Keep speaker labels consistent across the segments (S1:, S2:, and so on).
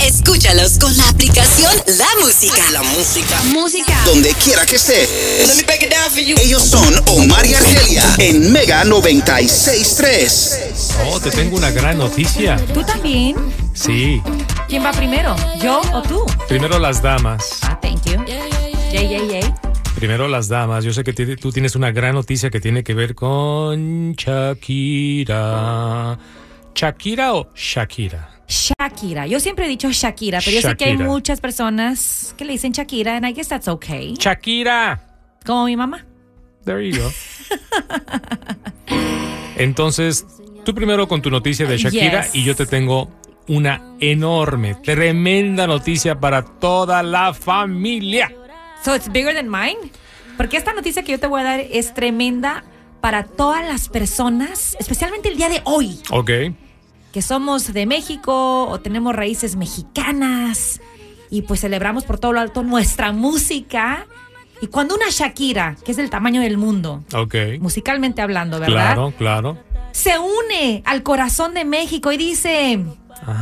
S1: Escúchalos con la aplicación La Música.
S2: La música.
S1: Música.
S2: Donde quiera que estés. Ellos son Omar y Argelia en Mega 963.
S3: Oh, te tengo una gran noticia.
S4: ¿Tú también?
S3: Sí.
S4: ¿Quién va primero? ¿Yo o tú?
S3: Primero las damas.
S4: Ah, thank you. Yay, yay, yay.
S3: Primero las damas. Yo sé que t- tú tienes una gran noticia que tiene que ver con Shakira. ¿Shakira o Shakira?
S4: Shakira. Yo siempre he dicho Shakira, pero yo sé que hay
S3: Shakira.
S4: muchas personas que le dicen Shakira, and I guess that's okay.
S3: Shakira.
S4: Como mi mamá.
S3: There you go. Entonces, tú primero con tu noticia de Shakira
S4: Yes.
S3: y yo te tengo una enorme, tremenda noticia para toda la familia.
S4: So it's bigger than mine. Porque esta noticia que yo te voy a dar es tremenda para todas las personas, especialmente el día de hoy,
S3: Ok.
S4: que somos de México o tenemos raíces mexicanas y pues celebramos por todo lo alto nuestra música. Y cuando una Shakira, que es del tamaño del mundo,
S3: Ok.
S4: musicalmente hablando, ¿verdad?
S3: Claro, claro.
S4: se une al corazón de México y dice,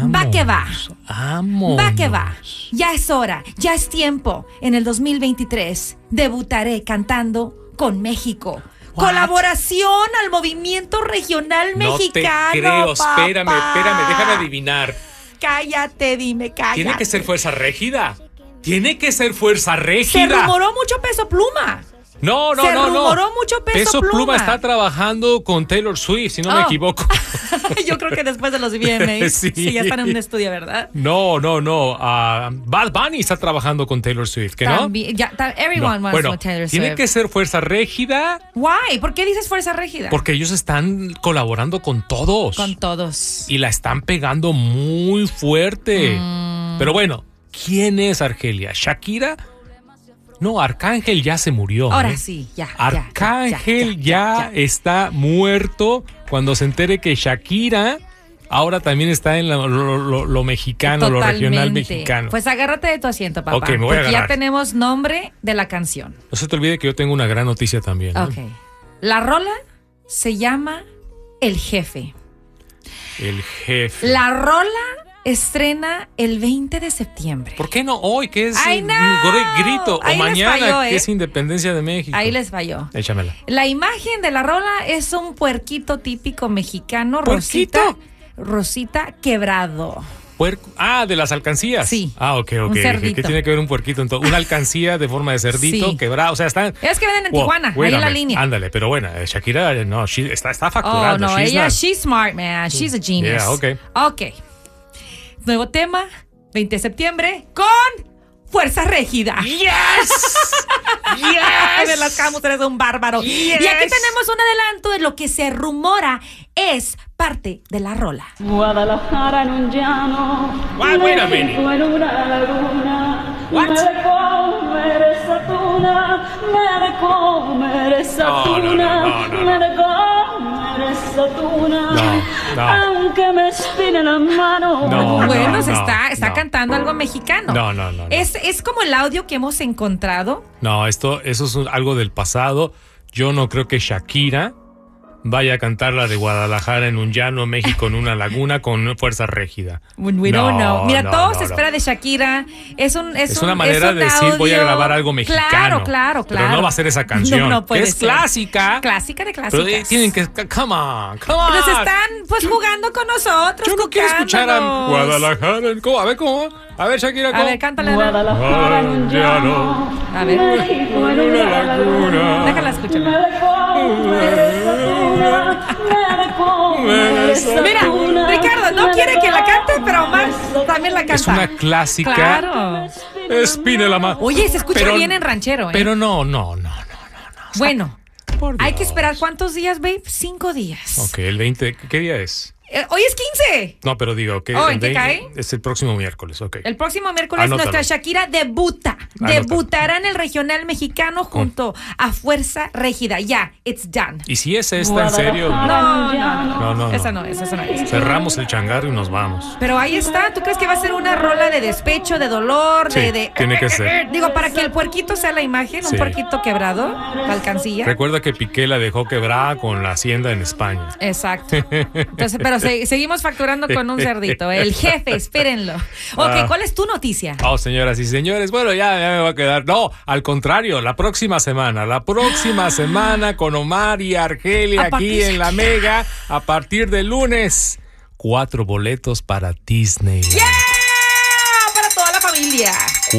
S4: va que va,
S3: Amo.
S4: va que va, ya es hora, ya es tiempo. En el 2023 debutaré cantando con México.
S3: What?
S4: Colaboración al movimiento regional
S3: No te
S4: mexicano.
S3: creo,
S4: papá.
S3: espérame, espérame, déjame adivinar.
S4: Cállate, dime, cállate.
S3: Tiene que ser fuerza régida. Tiene que ser fuerza régida.
S4: Se rumoró mucho peso pluma.
S3: No, no,
S4: Se
S3: no, no.
S4: rumoró mucho Peso
S3: Pluma.
S4: Pluma.
S3: está trabajando con Taylor Swift, si no me
S4: Oh.
S3: equivoco.
S4: Yo creo que después de los VMAs,
S3: Sí.
S4: sí. ya están en un estudio, ¿verdad?
S3: No, no, no. ah, Bad Bunny está trabajando con Taylor Swift, ¿que no?
S4: También- ya, ta-
S3: No.
S4: everyone wants
S3: Bueno,
S4: more Taylor
S3: tiene
S4: Swift.
S3: que ser fuerza régida
S4: Why? ¿Por qué dices fuerza rígida?
S3: porque ellos están colaborando con todos.
S4: Con todos.
S3: y la están pegando muy fuerte.
S4: Mm.
S3: Pero bueno, ¿quién es Argelia? ¿Shakira? No, Arcángel ya se murió.
S4: Ahora
S3: ¿eh?
S4: sí, ya. ya,
S3: Arcángel ya,
S4: ya, ya, ya.
S3: está muerto cuando se entere que Shakira ahora también está en la- lo, lo- lo mexicano, lo regional
S4: Totalmente.
S3: mexicano.
S4: Pues agárrate de tu asiento, papá.
S3: Ok, me voy a
S4: porque
S3: agarrar.
S4: ya tenemos nombre de la canción.
S3: no se te olvide que yo tengo una gran noticia también. ¿eh?
S4: Ok. La rola se llama El Jefe.
S3: El jefe.
S4: La rola estrena el 20 de septiembre.
S3: ¿Por qué no hoy? Que es
S4: I
S3: eh,
S4: know.
S3: gr- grito.
S4: Ahí
S3: o
S4: les
S3: mañana,
S4: falló,
S3: que
S4: ¿eh?
S3: es Independencia de México.
S4: Ahí les falló.
S3: Échamela.
S4: La imagen de la rola es un puerquito típico mexicano,
S3: ¿Puerquito?
S4: rosita, rosita quebrado.
S3: Puerco. Ah, de las alcancías.
S4: Sí.
S3: Ah, ok, ok.
S4: Un
S3: Dije, ¿Qué
S4: cerdito.
S3: tiene que ver un puerquito? Entonces, una alcancía de forma de cerdito,
S4: Sí.
S3: quebrada. O sea, están.
S4: Es que venden en
S3: Wow,
S4: Tijuana,
S3: wait
S4: ahí
S3: a
S4: en la
S3: minute.
S4: línea.
S3: Ándale, pero bueno, eh, Shakira, eh, no, she- está, está
S4: Oh,
S3: facturando.
S4: no,
S3: she's
S4: ella,
S3: not- Mm.
S4: she's smart, man. She's a genius.
S3: Yeah, okay.
S4: Ok. Nuevo tema, 20 de septiembre, con Fuerza Régida.
S3: ¡Yes!
S4: Ay,
S3: ¡Yes!
S4: de las camus, eres un bárbaro. Y aquí
S3: Yes.
S4: tenemos un adelanto de lo que se rumora es parte de la rola.
S5: Guadalajara en un llano.
S3: Why, wait a minute.
S5: México en una laguna.
S3: What?
S5: Me de comer esa tuna. Me de comer esa
S3: No, no, no,
S5: tuna.
S3: no, no,
S5: Me de comer esa tuna.
S3: No, no.
S5: Aunque me estire la mano.
S3: No,
S4: bueno,
S3: no,
S4: se
S3: no,
S4: está, está
S3: no.
S4: cantando algo mexicano.
S3: No, no, no, no.
S4: Es, es como el audio que hemos encontrado.
S3: No, esto, eso es un- algo del pasado. Yo no creo que Shakira vaya a cantar la de Guadalajara en un llano, México en una laguna con fuerza régida.
S4: We don't know. Mira,
S3: no,
S4: todo
S3: no,
S4: se
S3: no.
S4: espera de Shakira. Es, un, es,
S3: Es
S4: un-
S3: una manera
S4: es un
S3: de decir voy a
S4: audio.
S3: grabar algo mexicano.
S4: Claro, claro,
S3: Pero
S4: claro.
S3: no va a ser esa canción,
S4: No, no puede
S3: que es
S4: ser.
S3: clásica.
S4: Clásica de
S3: Pero
S4: clásicas.
S3: eh, tienen que. Come on, come on.
S4: Nos están pues jugando con nosotros.
S3: Yo no quiero escuchar a
S4: cucándonos.
S3: Guadalajara. ¿Cómo? A ver cómo. A ver, Shakira,
S4: A
S3: ¿cómo?
S4: ver, cántale. Ana.
S5: Guadalajara en un llano.
S4: A ver.
S5: México en una laguna.
S4: Déjala
S5: Me
S4: escuchar.
S5: de comer esa tuna, me de comer esa
S4: Mira,
S5: tuna,
S4: Ricardo no
S5: me
S4: quiere
S5: de
S4: que la cante, pero
S5: comer
S4: Omar
S5: esa
S4: también la canta.
S3: es una clásica.
S4: Claro.
S3: Espina la mano.
S4: Oye, se escucha
S3: Pero-
S4: bien en ranchero, ¿eh?
S3: Pero no, no, no, no.
S4: bueno,
S3: Por
S4: hay
S3: Dios.
S4: que esperar cuántos días, babe? Cinco días.
S3: Ok, el 20. ¿Qué día es?
S4: Eh, hoy es 15.
S3: No, pero digo, que
S4: Oh,
S3: el
S4: ¿en qué
S3: 20
S4: cae?
S3: Es el próximo miércoles, ok.
S4: El próximo miércoles
S3: Anótalo.
S4: nuestra Shakira debuta.
S3: Anótalo.
S4: Debutará en el regional mexicano junto a Fuerza Régida. Ya, it's done.
S3: ¿Y si es esta, en serio?
S5: Guadalajara.
S4: No, no, no.
S3: No, no, no.
S4: Esa no es, esa no es.
S3: Cerramos el changarro y nos vamos.
S4: Pero ahí está, ¿tú crees que va a ser una rola de despecho, de dolor,
S3: Sí,
S4: de, de-
S3: tiene que ser.
S4: Digo, para que el puerquito sea la imagen,
S3: Sí.
S4: un puerquito quebrado, la alcancilla.
S3: Recuerda que Piqué la dejó quebrada con la hacienda en España.
S4: Exacto. Entonces, pero se- seguimos facturando con un cerdito. ¿eh? El jefe, espérenlo.
S3: Ah.
S4: Ok, ¿cuál es tu noticia?
S3: Oh, señoras y señores, bueno, ya, ya me va a quedar. No, al contrario, la próxima semana, la próxima semana con Omar y Argelia
S4: A
S3: aquí
S4: partir-
S3: en La Mega, a partir de lunes, cuatro boletos para Disney.
S4: ¡Ah, para toda la familia!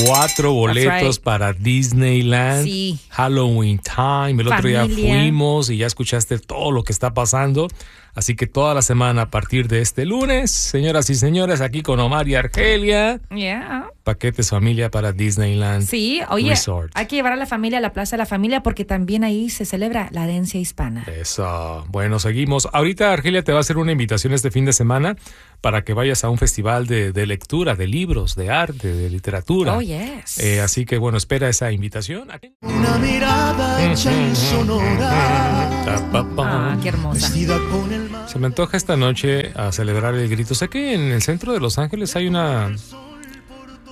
S3: Cuatro boletos
S4: right.
S3: para Disneyland.
S4: Sí.
S3: Halloween time. El otro día
S4: Familia.
S3: fuimos y ya escuchaste todo lo que está pasando. Así que toda la semana a partir de este lunes, señoras y señores, aquí con Omar y Argelia,
S4: Yeah.
S3: paquetes familia para Disneyland.
S4: Sí, oye,
S3: Resort.
S4: hay que llevar a la familia a la Plaza de la Familia porque también ahí se celebra la herencia hispana.
S3: Eso. Bueno, seguimos. Ahorita Argelia te va a hacer una invitación este fin de semana para que vayas a un festival de, de lectura, de libros, de arte, de literatura.
S4: Oh, yes.
S3: Eh, así que bueno, espera esa invitación. Aquí.
S6: Una mirada hecha en sonora,
S3: Ta, pa, pa.
S4: Ah, qué hermosa.
S6: vestida con el mar.
S3: Se me antoja esta noche a celebrar el grito. Sé que en el centro de Los Ángeles hay una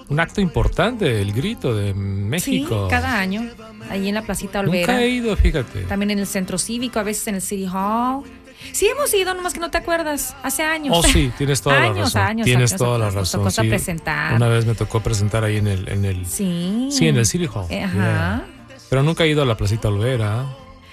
S3: un acto importante, el grito de
S4: Sí,
S3: México.
S4: cada año, ahí en la Placita Olvera.
S3: Nunca he ido, fíjate.
S4: También en el centro cívico, a veces en el City Hall. Sí hemos ido, nomás que no te acuerdas, hace años.
S3: Oh, sí, tienes toda
S4: años,
S3: la razón.
S4: Años,
S3: tienes
S4: años
S3: toda la
S4: atrás nos
S3: razón.
S4: tocó
S3: sí.
S4: presentar.
S3: Una vez me tocó presentar ahí en el, en el
S4: Sí.
S3: Sí, en el City Hall.
S4: Eh, Ajá.
S3: Yeah. Pero nunca he ido a la Placita Olvera.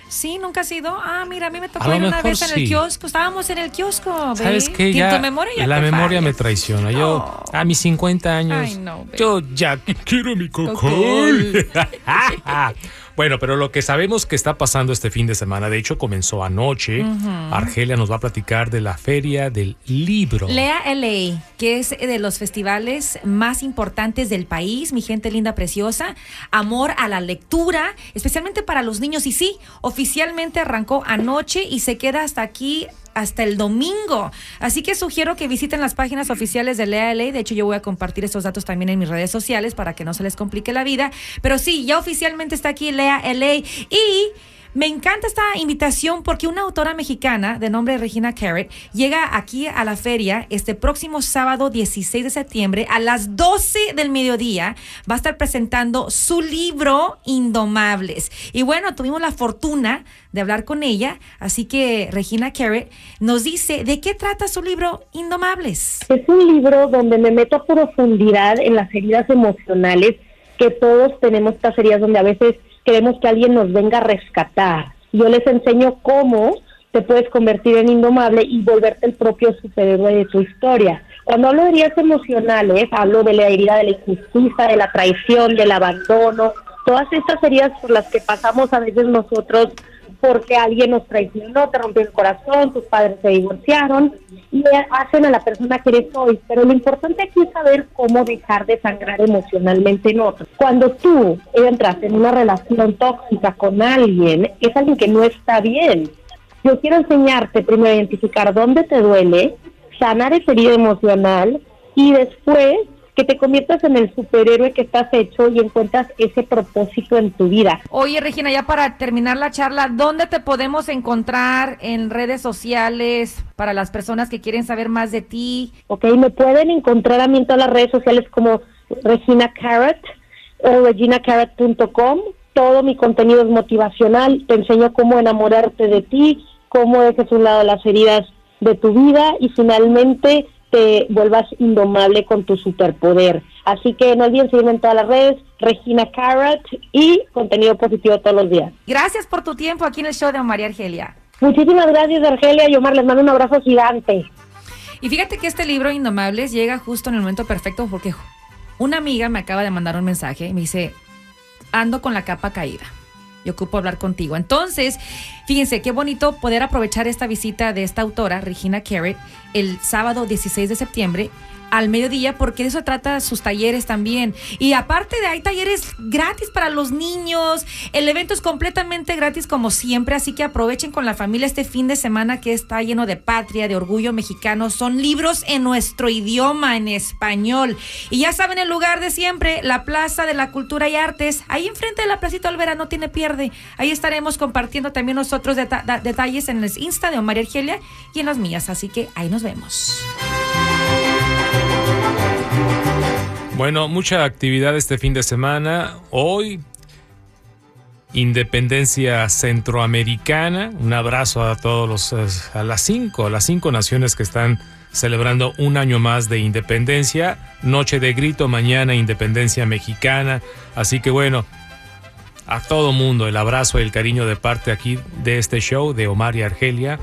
S4: Sí, nunca has ido. Ah, mira, a mí me
S3: A
S4: tocó
S3: lo
S4: ir una
S3: mejor
S4: vez en
S3: sí.
S4: el kiosco. Estábamos en el kiosco, baby.
S3: ¿Sabes qué?
S4: Que
S3: Ya
S4: tu memoria ya
S3: la
S4: te
S3: memoria me
S4: falla.
S3: traiciona. Yo,
S4: Oh.
S3: a mis 50 años,
S4: Ay, no, baby.
S3: yo ya quiero mi
S4: Cocol.
S3: cocol. bueno, pero lo que sabemos que está pasando este fin de semana, de hecho comenzó anoche, Argelia nos va a platicar de la Feria del Libro.
S4: Lea LA, que es de los festivales más importantes del país, mi gente linda, preciosa, amor a la lectura, especialmente para los niños. Y sí, oficialmente arrancó anoche y se queda hasta aquí. Hasta el domingo. Así que sugiero que visiten las páginas oficiales de Lea LA. De hecho, yo voy a compartir estos datos también en mis redes sociales para que no se les complique la vida. Pero sí, ya oficialmente está aquí Lea LA. Y me encanta esta invitación porque una autora mexicana de nombre Regina Carrot llega aquí a la feria este próximo sábado 16 de septiembre a las 12 del mediodía. Va a estar presentando su libro Indomables. Y bueno, tuvimos la fortuna de hablar con ella, así que Regina Carrot nos dice de qué trata su libro Indomables.
S7: Es un libro donde me meto a profundidad en las heridas emocionales que todos tenemos estas heridas donde a veces queremos que alguien nos venga a rescatar. Yo les enseño cómo te puedes convertir en indomable y volverte el propio superhéroe de tu historia. Cuando hablo de heridas emocionales, hablo de la herida de la injusticia, de la traición, del abandono, todas estas heridas por las que pasamos a veces nosotros porque alguien nos traicionó, te rompió el corazón, tus padres se divorciaron y hacen a la persona que eres hoy. Pero lo importante aquí es saber cómo dejar de sangrar emocionalmente en otros. Cuando tú entras en una relación tóxica con alguien, es alguien que no está bien. Yo quiero enseñarte primero a identificar dónde te duele, sanar esa herida emocional y después que te conviertas en el superhéroe que estás hecho y encuentras ese propósito en tu vida.
S4: Oye, Regina, ya para terminar la charla, ¿dónde te podemos encontrar en redes sociales para las personas que quieren saber más de ti?
S7: ¿ok? Me pueden encontrar a mí en todas las redes sociales como Regina Carrot o reginacarrot.com. Todo mi contenido es motivacional, te enseño cómo enamorarte de ti, cómo dejes a un lado las heridas de tu vida y finalmente te vuelvas indomable con tu superpoder. Así que no olviden seguirme en todas las redes, Regina Carrot y contenido positivo todos los días.
S4: Gracias por tu tiempo aquí en el show de María Argelia.
S7: Muchísimas gracias Argelia y Omar, les mando un abrazo gigante.
S4: Y fíjate que este libro, Indomables, llega justo en el momento perfecto porque una amiga me acaba de mandar un mensaje y me dice, ando con la capa caída. Yo ocupo hablar contigo. Entonces, fíjense qué bonito poder aprovechar esta visita de esta autora, Regina Carrot, el sábado 16 de septiembre al mediodía, porque de eso trata sus talleres también. Y aparte de hay talleres gratis para los niños, el evento es completamente gratis como siempre, así que aprovechen con la familia este fin de semana que está lleno de patria, de orgullo mexicano. Son libros en nuestro idioma, en español. Y ya saben el lugar de siempre, la Plaza de la Cultura y Artes, ahí enfrente de la Placita Olvera, no tiene pierde. Ahí estaremos compartiendo también nosotros deta- da- detalles en el Insta de Omar y Argelia y en las mías, así que ahí nos vemos.
S3: Bueno, mucha actividad este fin de semana. Hoy Independencia Centroamericana. Un abrazo a todos los, eh, a las cinco, a las cinco naciones que están celebrando un año más de independencia. Noche de grito, mañana independencia mexicana. Así que bueno, a todo mundo el abrazo y el cariño de parte aquí de este show de Omar y Argelia.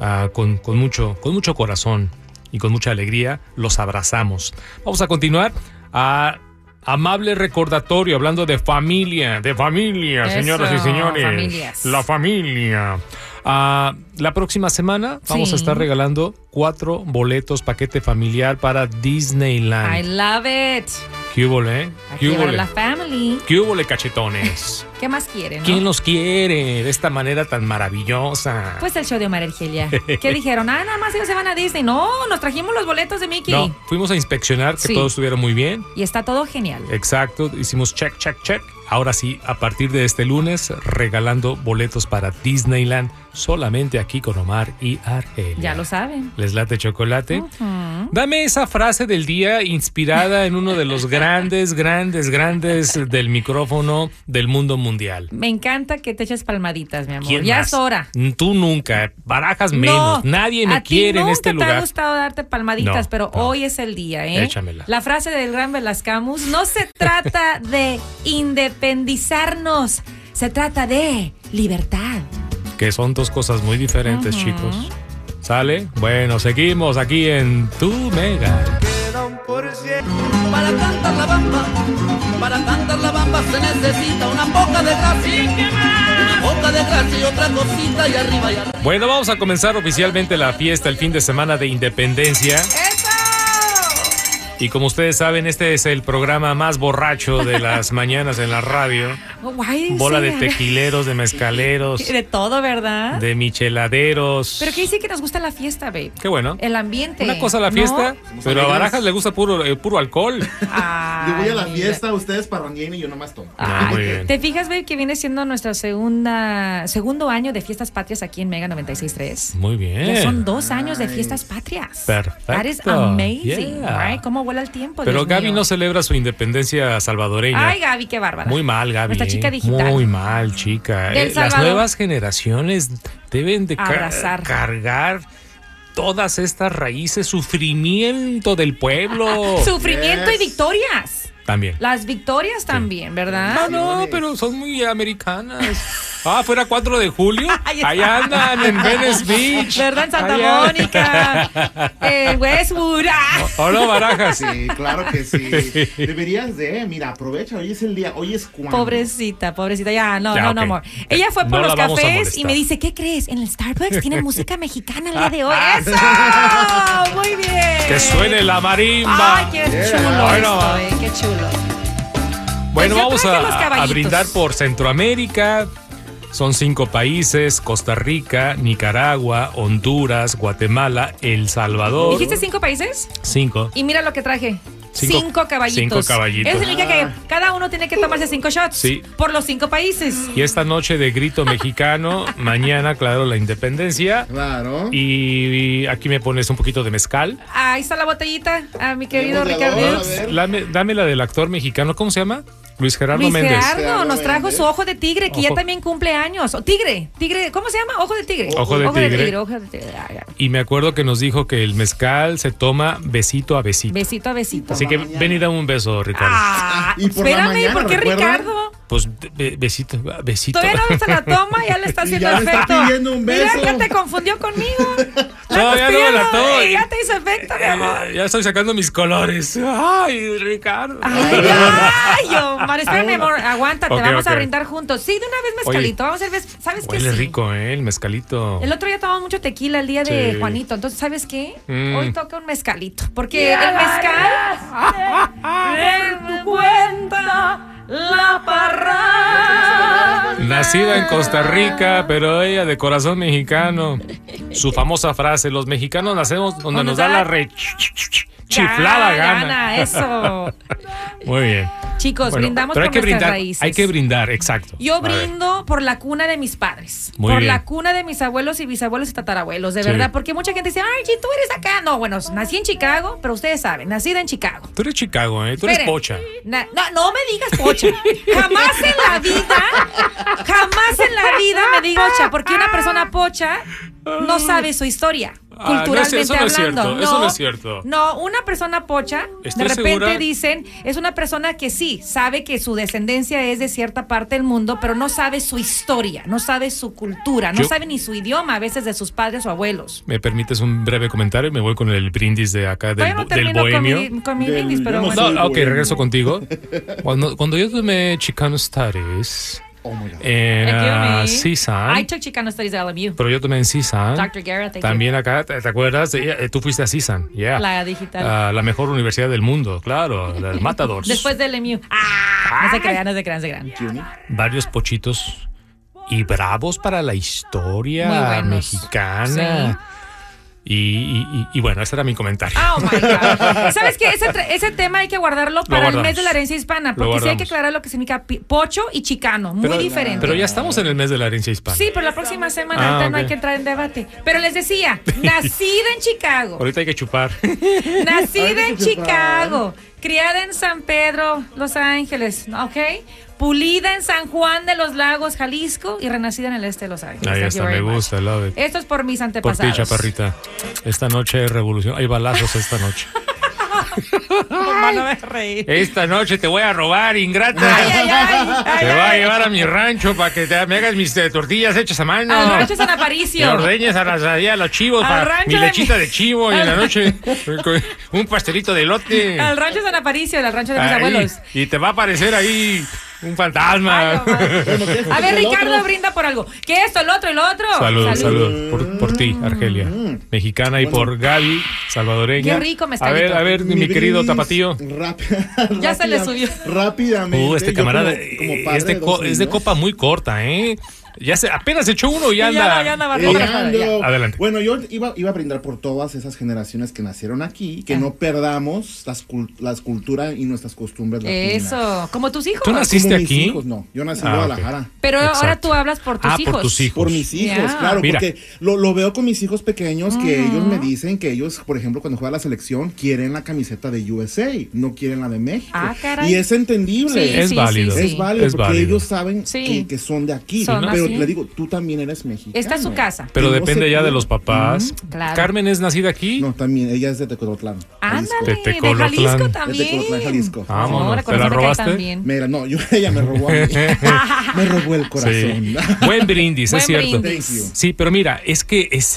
S3: Ah, con, con mucho, con mucho corazón y con mucha alegría los abrazamos. Vamos a continuar a amable recordatorio, hablando de familia, de familia,
S4: Eso,
S3: señoras y señores.
S4: familias.
S3: La familia. Ah, la próxima semana vamos a
S4: Sí.
S3: estar regalando cuatro boletos paquete familiar para
S4: I
S3: Disneyland.
S4: love it.
S3: ¿Qué hubo, eh?
S4: Hay que
S3: ¿Qué hubo,
S4: llevar a la family.
S3: ¿Qué hubo, eh, cachetones?
S4: ¿Qué más quieren? no?
S3: ¿Quién los quiere de esta manera tan maravillosa?
S4: Pues el show de Omar Argelia. ¿Qué dijeron? Ah, nada más ellos se van a Disney. No, nos trajimos los boletos de Mickey.
S3: no, fuimos a inspeccionar que
S4: Sí.
S3: todo estuviera muy bien.
S4: Y está todo genial.
S3: Exacto, hicimos check, check, check. Ahora sí, a partir de este lunes, regalando boletos para Disneyland solamente aquí con Omar y Argelia.
S4: Ya lo saben.
S3: ¿Les late chocolate?
S4: Ujú.
S3: Dame esa frase del día inspirada en uno de los grandes, grandes, grandes del micrófono del mundo mundial.
S4: Me encanta que te eches palmaditas, mi amor. Ya
S3: más?
S4: es hora.
S3: Tú nunca, barajas menos,
S4: No,
S3: nadie
S4: a
S3: me
S4: ti
S3: quiere en este
S4: Nunca te ha
S3: lugar.
S4: gustado darte palmaditas,
S3: No,
S4: pero
S3: no.
S4: hoy es el día, ¿eh?
S3: Échamela.
S4: La frase del gran Velascamus, no se trata de independizarnos, se trata de libertad.
S3: Que son dos cosas muy diferentes, chicos. ¿Sale? Bueno, seguimos aquí en Tu Mega.
S6: Queda un por ciento.
S8: Para cantar la bamba, para cantar la bamba se necesita una poca de gracia. Una poca de gracia y otra cosita y arriba y arriba.
S3: Bueno, vamos a comenzar oficialmente la fiesta el fin de semana de Independencia. Y como ustedes saben, este es el programa más borracho de las mañanas en la radio.
S4: Oh, Guay,
S3: Bola
S4: sí,
S3: de
S4: a ver.
S3: tequileros, de mezcaleros,
S4: De todo, ¿verdad?
S3: de micheladeros.
S4: Pero que dice que nos gusta la fiesta, babe.
S3: Qué bueno.
S4: El ambiente.
S3: Una cosa la
S4: ¿no?
S3: fiesta, pero a
S9: alegres.
S3: Barajas le gusta puro, eh, puro alcohol.
S4: Ay,
S9: Yo voy a la
S4: mira.
S9: fiesta, ustedes parrandean y yo nomás tomo.
S3: Ah,
S4: Ay,
S3: muy bien.
S4: ¿Te fijas, babe, que viene siendo nuestro segunda, segundo año de fiestas patrias aquí en Mega 96.3?
S3: Muy
S4: Ya son
S3: bien.
S4: dos años de fiestas patrias.
S3: Perfecto.
S4: That is amazing,
S3: Yeah.
S4: right? ¿Cómo vuela el tiempo?
S3: Pero
S4: Dios
S3: Gaby
S4: mío.
S3: no celebra su independencia salvadoreña.
S4: Ay, Gaby, qué bárbara.
S3: Muy mal, Gaby.
S4: Nuestra
S3: ¿eh?
S4: chica digital.
S3: Muy mal, chica.
S4: Del
S3: Eh, las
S4: Salvador.
S3: nuevas generaciones deben de car-
S4: Abrazar.
S3: cargar todas estas raíces, sufrimiento del
S4: Ah,
S3: pueblo.
S4: Sufrimiento y
S9: Yes.
S4: victorias.
S3: También.
S4: Las victorias también,
S3: No,
S4: ¿verdad?
S3: no, pero son muy americanas. Ah, fuera 4 de julio.
S4: Ay,
S3: Ahí andan en Venice Beach.
S4: ¿Verdad? En Santa
S3: Ahí andan.
S4: Mónica. En Westwood. Ah.
S3: ¿O no, Barajas?
S9: Sí, claro que sí. Deberías de, mira, aprovecha, hoy es el día, hoy es cuando.
S4: Pobrecita, pobrecita, ya, no,
S3: Ya,
S4: no,
S3: ok. Eh,
S4: no, amor. Ella fue por
S3: No la
S4: los
S3: vamos a
S4: cafés
S3: molestar.
S4: y me dice, ¿qué crees? En el Starbucks tienen música mexicana el día de hoy. ¡Eso! Muy bien.
S3: Que suene la marimba.
S4: ¡Ay, qué
S9: Yeah.
S4: chulo
S3: Ay, no
S4: esto,
S3: más.
S4: eh, qué chulo!
S3: Bueno,
S4: Pues yo
S3: vamos
S4: traje
S3: a,
S4: los
S3: a
S4: caballitos.
S3: brindar por Centroamérica. Son cinco países, Costa Rica, Nicaragua, Honduras, Guatemala, El Salvador.
S4: ¿Dijiste cinco países?
S3: Cinco.
S4: Y mira lo que traje.
S3: Cinco-
S4: Cinco, caballitos.
S3: cinco caballitos.
S4: Eso significa que cada uno tiene que tomarse cinco shots.
S3: Sí.
S4: Por los cinco países.
S3: Y esta noche de grito mexicano, mañana, claro, la independencia.
S9: Claro.
S3: Y, y aquí me pones un poquito de mezcal.
S4: Ahí está la botellita, a mi querido
S9: Tenemos la
S4: Ricardo.
S9: boda,
S4: Luis
S9: a ver.
S3: Dame, dame la del actor mexicano, ¿cómo se llama? Luis Gerardo Méndez.
S4: Gerardo nos trajo
S9: Méndez.
S4: su ojo de tigre, que ya
S3: Ojo.
S4: también cumple años. O tigre, tigre, ¿cómo se llama? Ojo de tigre.
S3: Ojo de tigre.
S4: ojo de tigre. Ay, ay.
S3: Y me acuerdo que nos dijo que el mezcal se toma besito a besito.
S4: Besito a besito.
S3: Así que
S9: Mañana.
S3: ven y dame un beso, Ricardo.
S4: Ah,
S9: Y por la
S4: espérame,
S9: mañana,
S4: ¿por qué
S9: ¿recuerda?
S4: Ricardo?
S3: Pues be- besito, besito.
S4: Todavía no se la toma, ya le está haciendo
S9: ya le está
S4: efecto.
S9: pidiendo un beso.
S4: Mira que te confundió conmigo. La
S3: Todavía no me la
S4: pidiendo,
S3: tomo.
S4: y ya te hizo efecto, mi amor.
S3: Eh, ya estoy sacando mis colores. Ay, Ricardo.
S4: Ay, ay, Omar, espérame, amor, aguántate,
S3: Ok,
S4: vamos
S3: ok.
S4: a brindar juntos. Sí, de una vez mezcalito, vamos a ver, ¿sabes qué?
S3: Huele rico, ¿eh? El mezcalito.
S4: El otro día tomamos mucho tequila el día de
S3: Sí.
S4: Juanito, entonces, ¿sabes qué?
S3: Mm.
S4: Hoy toca un mezcalito, porque el mezcal...
S5: tu cuenta la parranda.
S3: Nacida en Costa Rica, pero ella de corazón mexicano. Su famosa frase, los mexicanos nacemos donde
S4: Donde
S3: nos da
S4: da-
S3: la re... Chiflada gana.
S4: Eso.
S3: Muy bien.
S4: Chicos,
S3: Bueno,
S4: brindamos
S3: pero
S4: por
S3: hay que
S4: nuestras
S3: brindar,
S4: raíces.
S3: Hay que brindar, exacto. A
S4: Yo
S3: ver.
S4: brindo por la cuna de mis padres,
S3: Muy
S4: por
S3: bien.
S4: la cuna de mis abuelos y bisabuelos y tatarabuelos, de
S3: Sí.
S4: verdad, porque mucha gente dice, ay, Chi, tú eres acá. No, bueno, nací en Chicago, pero ustedes saben, nacida en Chicago.
S3: Tú eres Chicago, ¿eh? Tú eres
S4: Esperen.
S3: pocha.
S4: Na- no, no me digas pocha. Jamás en la vida, jamás en la vida me digas pocha, porque una persona pocha no sabe su historia.
S3: Ah, no es-
S4: Culturalmente
S3: eso no es
S4: hablando.
S3: cierto, eso no es cierto.
S4: No, una persona pocha,
S3: Estoy
S4: de repente
S3: segura-
S4: dicen, es una persona que sí, sabe que su descendencia es de cierta parte del mundo, pero no sabe su historia, no sabe su cultura, no
S3: Yo-
S4: sabe ni su idioma a veces de sus padres o abuelos.
S3: ¿Me permites un breve comentario? Me voy con el brindis de acá del,
S4: Todavía no
S3: bo- del
S4: termino con
S3: bohemio.
S4: mi, con mi
S9: Del-
S4: brindis, pero
S9: yo no
S4: bueno.
S9: soy
S3: No, ok,
S9: bohemio.
S3: regreso contigo. Cuando, cuando yo tomé Chicano Studies
S9: Oh my God.
S3: en
S4: Thank you,
S3: ah,
S4: me.
S3: CSUN,
S4: I took Chicano Studies at LMU.
S3: pero yo tomé en CSUN.
S4: Dr. Guerra, thank you.
S3: También acá, ¿te, te acuerdas? de- eh, tú fuiste a CSUN, yeah.
S4: La digital.
S3: Ah, la mejor universidad del mundo, claro, la del Matadors.
S4: Después del MU. Ah, no se crean, no se crean, no se crean.
S9: Juni.
S3: varios pochitos y bravos para la
S4: Muy
S3: historia
S4: buenos.
S3: mexicana. Y, y- y- y bueno, ese era mi comentario.
S4: Oh my God. ¿Sabes qué? Ese, tra- ese tema hay que guardarlo para el
S3: guardamos.
S4: mes de la herencia hispana,
S3: Lo
S4: porque sí hay que
S3: guardamos.
S4: aclarar lo que significa pi- pocho y chicano. Muy
S3: Pero-
S4: diferente.
S3: Pero ya estamos en el mes de la herencia hispana.
S4: Sí, pero la próxima semana
S3: Ah,
S4: ahorita no
S3: ok.
S4: hay que entrar en debate. Pero les decía, nacida en Chicago,
S3: Ahorita hay que chupar.
S4: nacida en
S9: Ay, qué
S4: Chicago, criada en San Pedro, Los Ángeles, ¿ok? Pulida en San Juan de los Lagos, Jalisco, y renacida en el este de Los Ángeles. Thank
S3: Ahí
S4: you
S3: está,
S4: very
S3: me
S4: much. Eh,
S3: gusta, love it.
S4: Esto es por mis
S3: Por
S4: antepasados.
S3: ti, chaparrita. Esta noche hay revolución. Hay balazos esta noche.
S4: Van a ver reír.
S3: Esta noche te voy a robar, ingrata.
S4: Ay, ay, ay, ay,
S3: Te voy Eh, a
S4: ay.
S3: llevar a mi rancho para que te, me hagas mis eh, tortillas hechas a mano.
S4: Al rancho San
S3: Que
S4: Aparicio.
S3: ordeñes a las, ahí a los chivos
S4: Al
S3: para
S4: rancho
S3: mi
S4: de
S3: lechita
S4: mi-
S3: de chivo y en la noche un pastelito de elote.
S4: Al rancho San Aparicio, al rancho de mis
S3: Ahí,
S4: abuelos.
S3: Y te va a aparecer ahí un fantasma.
S4: Ay, no más.
S9: Bueno, ¿qué haces
S4: a ver,
S9: el otro?
S4: Ricardo, brinda por algo. ¿Qué esto, el otro, el otro?
S3: Saludos,
S4: Salud.
S3: saludos. Por, por ti, Argelia. Mexicana y por Gaby, salvadoreña.
S4: Qué rico
S3: A
S4: mezcalito.
S3: ver, a ver, mi,
S9: brindis,
S3: querido tapatío.
S9: rápida-
S4: Ya se le
S9: rápida-
S4: subió.
S9: Rápidamente.
S3: Uh, este
S9: yo
S3: camarada
S9: como- como
S3: eh,
S9: padre
S3: es, de
S9: de
S3: co-
S9: dos
S3: es de
S9: niños.
S3: copa muy corta, ¿eh? Ya se, apenas echó uno y
S4: Ya
S3: anda.
S4: anda, ya anda
S9: Eh,
S4: barriendo.
S9: ya
S4: Ya.
S9: ando.
S3: Adelante.
S9: Bueno, yo iba, iba a brindar por todas esas generaciones que nacieron aquí,
S4: Ah.
S9: que no perdamos las, cul- las culturas y nuestras costumbres latinas.
S4: Eso, como tus hijos.
S3: ¿Tú naciste
S9: Como mis
S3: aquí?
S9: hijos, no. Yo nací en
S3: Ah, ok.
S9: Guadalajara.
S4: Pero ahora
S3: Exacto.
S4: tú hablas por tus
S3: Ah,
S4: hijos.
S3: por tus hijos.
S9: Por mis hijos,
S4: Ya. Ah.
S9: claro,
S3: Mira.
S9: porque lo, lo veo con mis hijos pequeños que ellos me dicen que ellos, por ejemplo, cuando juega la selección, quieren la camiseta de USA, no quieren la de México.
S4: Ah, caray.
S9: Y es entendible.
S4: Sí,
S3: Es
S4: sí,
S3: válido.
S4: sí, sí.
S9: Es válido
S3: Es
S9: porque
S3: válido.
S9: ellos saben
S4: Sí.
S9: que, que son de aquí.
S4: Son
S9: pero
S4: así.
S9: le digo, tú también eres mexicano.
S4: Esta es su casa.
S3: Pero
S9: Que no
S3: depende
S9: se
S3: ya de
S9: pierda.
S3: los papás.
S4: Claro.
S3: Carmen es nacida aquí.
S9: No, también, ella es de Tecolotlán.
S4: Ándale,
S3: De
S4: de,
S3: Este, Tecolotlán.
S4: Jalisco
S3: De
S9: Jalisco. De Tecolotlán,
S4: también.
S9: Jalisco.
S3: Vámonos,
S4: Ahora
S3: ¿te
S4: con
S3: la
S4: eso me cae
S3: robaste?
S4: también.
S9: Mira, no, yo, ella me robó a mí. me robó el corazón.
S3: Sí. Buen brindis,
S4: Buen
S3: es cierto.
S4: brindis.
S9: Thank you.
S3: Sí, pero mira, es que es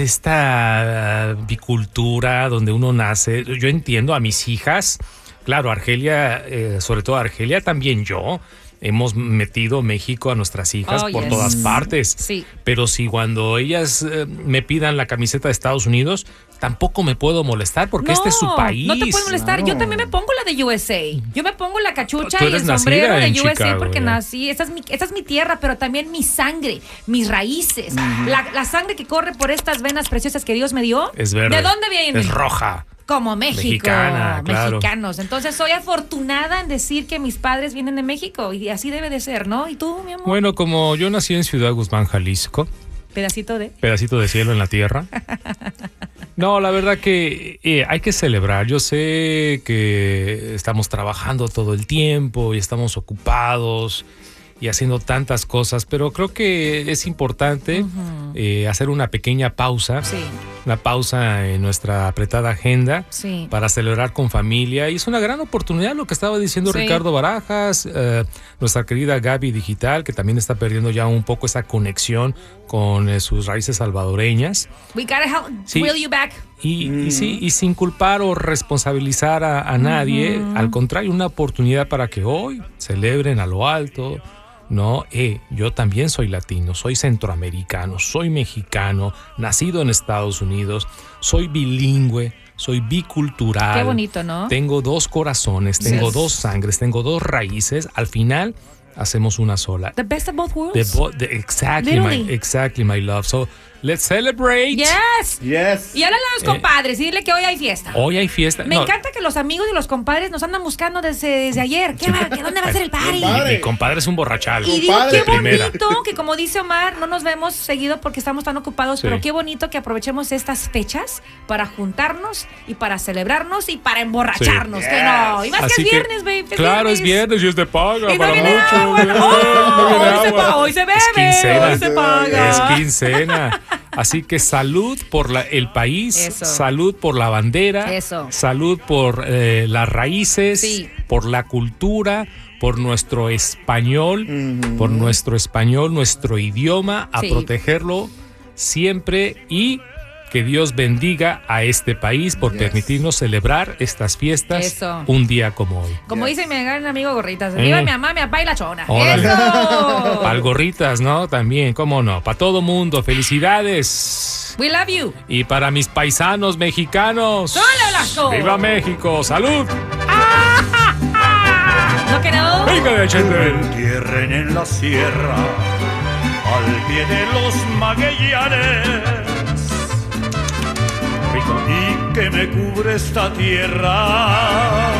S3: esta bicultura donde uno nace. Yo entiendo a mis hijas, claro, Argelia, eh, sobre todo Argelia, también yo. Hemos metido México a nuestras hijas
S4: Oh,
S3: por
S4: yes.
S3: todas partes.
S4: Sí.
S3: Pero si cuando ellas eh, me pidan la camiseta de Estados Unidos, tampoco me puedo molestar porque este es su
S4: No,
S3: país.
S4: No te puedes molestar. Yo
S9: Claro.
S4: también me pongo la de USA. Yo me pongo la cachucha
S3: Tú
S4: y
S3: eres
S4: el sombrero
S3: nacida
S4: de
S3: en
S4: USA
S3: Chicago,
S4: porque
S3: ya.
S4: nací. Esa es, mi, esa es mi tierra, pero también mi sangre, mis raíces. la, la sangre que corre por estas venas preciosas que Dios me dio.
S3: Es verde.
S4: ¿De dónde viene?
S3: Es roja.
S4: Como México.
S3: Mexicana, claro.
S4: Mexicanos. Entonces soy afortunada en decir que mis padres vienen de México y así debe de ser, ¿no? ¿Y tú, mi amor?
S3: Bueno, como yo nací en Ciudad Guzmán, Jalisco,
S4: Pedacito de.
S3: pedacito de cielo en la tierra. No, la verdad que eh, hay que celebrar. Yo sé que estamos trabajando todo el tiempo y estamos ocupados y haciendo tantas cosas, pero creo que es importante eh, hacer una pequeña pausa,
S4: Sí,
S3: una pausa en nuestra apretada agenda
S4: sí.
S3: para celebrar con familia. Y es una gran oportunidad lo que estaba diciendo
S4: Sí.
S3: Ricardo Barajas, eh, nuestra querida Gaby Digital, que también está perdiendo ya un poco esa conexión con eh, sus raíces salvadoreñas.
S4: We gotta help
S3: Sí.
S4: reel you back.
S3: Y, y sí,
S4: Mm.
S3: y sin culpar o responsabilizar a, a nadie, al contrario, una oportunidad para que hoy celebren a lo alto. No, eh, yo también soy latino, soy centroamericano, soy mexicano, nacido en Estados Unidos, soy bilingüe, soy bicultural.
S4: Qué bonito, ¿no?
S3: Tengo dos corazones, tengo
S4: Yes.
S3: dos sangres, tengo dos raíces. Al final hacemos una sola.
S4: The best of both worlds.
S3: The bo- the- exactly, my,
S4: Literally.
S3: exactly, my love. So Let's celebrate.
S4: Yes.
S9: Yes.
S4: Y háblale a los
S3: Eh.
S4: compadres y dile que hoy hay fiesta.
S3: Hoy hay fiesta.
S4: Me
S3: No,
S4: encanta que los amigos y los compadres nos andan buscando desde, desde ayer. ¿Qué va? ¿Qué- ¿Dónde va a ser el party?
S9: Compadre.
S3: Mi compadre es un borrachal.
S4: Y digo, qué
S9: Compadre.
S3: Primera.
S4: bonito que como dice Omar, no nos vemos seguido porque estamos tan ocupados,
S3: Sí.
S4: pero qué bonito que aprovechemos estas fechas para juntarnos y para celebrarnos y para emborracharnos.
S9: Sí.
S4: Que no, y más
S3: Así
S4: que es viernes, baby. es
S3: Claro, es viernes y es de paga
S4: Y no
S3: para
S4: viene
S3: muchos.
S4: agua.
S3: güey.
S4: Oh,
S3: No viene
S4: hoy se
S3: agua.
S4: pa- hoy se
S3: Es
S4: bebe,
S3: quincena.
S4: hoy se paga.
S3: Es quincena. Así que salud por la- el país,
S4: Eso.
S3: salud por la bandera,
S4: Eso.
S3: salud por eh, las raíces,
S4: Sí.
S3: por la cultura, por nuestro español,
S9: Ujú.
S3: por nuestro español, nuestro idioma, a
S4: Sí.
S3: protegerlo siempre y que Dios bendiga a este país por
S9: Yes.
S3: permitirnos celebrar estas fiestas
S4: Eso.
S3: un día como hoy.
S4: Como
S9: Yes.
S4: dice mi gran amigo Gorritas, viva
S3: Mm.
S4: mi mamá, mi papá y la chona.
S3: Órale.
S4: ¡Eso!
S3: Pal gorritas, ¿no? También, cómo no. Para todo mundo, felicidades.
S4: We love you.
S3: Y para mis paisanos mexicanos.
S4: ¡Solo Blasco!
S3: ¡Viva México! ¡Salud!
S4: ¿No que no?
S3: ¡Venga de Chente!
S10: entierren en la sierra, al pie de los maguellares, y que me cubre esta tierra,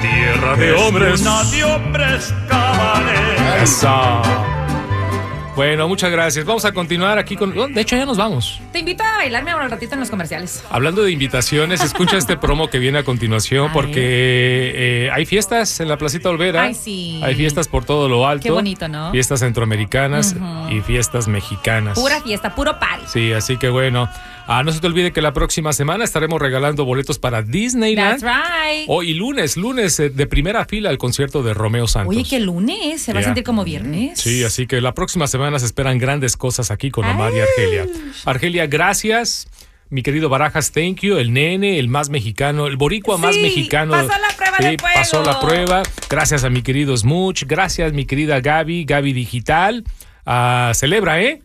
S3: Tierra
S10: que es una de hombres cabales.
S3: Eso. Bueno, muchas gracias. Vamos a continuar aquí con. oh, De hecho, ya nos vamos.
S4: Te invito a bailarme ahora un ratito en los comerciales.
S3: Hablando de invitaciones, escucha este promo que viene a continuación
S4: A
S3: porque eh, hay fiestas en la Placita Olvera.
S4: Ay, sí.
S3: Hay fiestas por todo lo alto.
S4: Qué bonito, ¿no?
S3: Fiestas centroamericanas y fiestas mexicanas.
S4: Pura fiesta, puro party.
S3: Sí, así que bueno, ah, no se te olvide que la próxima semana estaremos regalando boletos para
S4: That's
S3: Disneyland.
S4: right.
S3: Hoy Oh, lunes, lunes eh, de primera fila al concierto de Romeo Santos.
S4: Oye, que lunes se va a
S3: Ya.
S4: sentir como viernes.
S3: Sí, así que la próxima semana se esperan grandes cosas aquí con Omar y
S4: Ay.
S3: Argelia. Argelia, gracias. Mi querido Barajas, thank you. El nene, el más mexicano, el boricua más
S4: Sí,
S3: mexicano.
S4: pasó la prueba
S3: Sí,
S4: de fuego.
S3: pasó la prueba. Gracias a mi querido Smooch. Gracias, mi querida Gaby, Gaby Digital. Ah, celebra, ¿eh?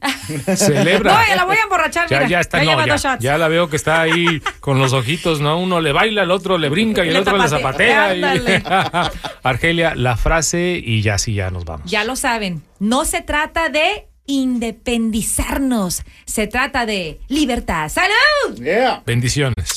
S3: celebra.
S4: No, ya la voy a emborrachar.
S3: Ya,
S4: mira.
S3: ya está,
S4: ya
S3: no,
S4: lleva
S3: ya,
S4: dos shots.
S3: ya la veo que está ahí con los ojitos, ¿no? Uno le baila, el otro le brinca y el
S4: Le
S3: otro le zapatea.
S4: zapatea,
S3: y- Argelia, la frase y ya sí, ya nos vamos.
S4: Ya lo saben, no se trata de independizarnos, se trata de libertad. ¡Salud!
S9: Yeah.
S3: Bendiciones.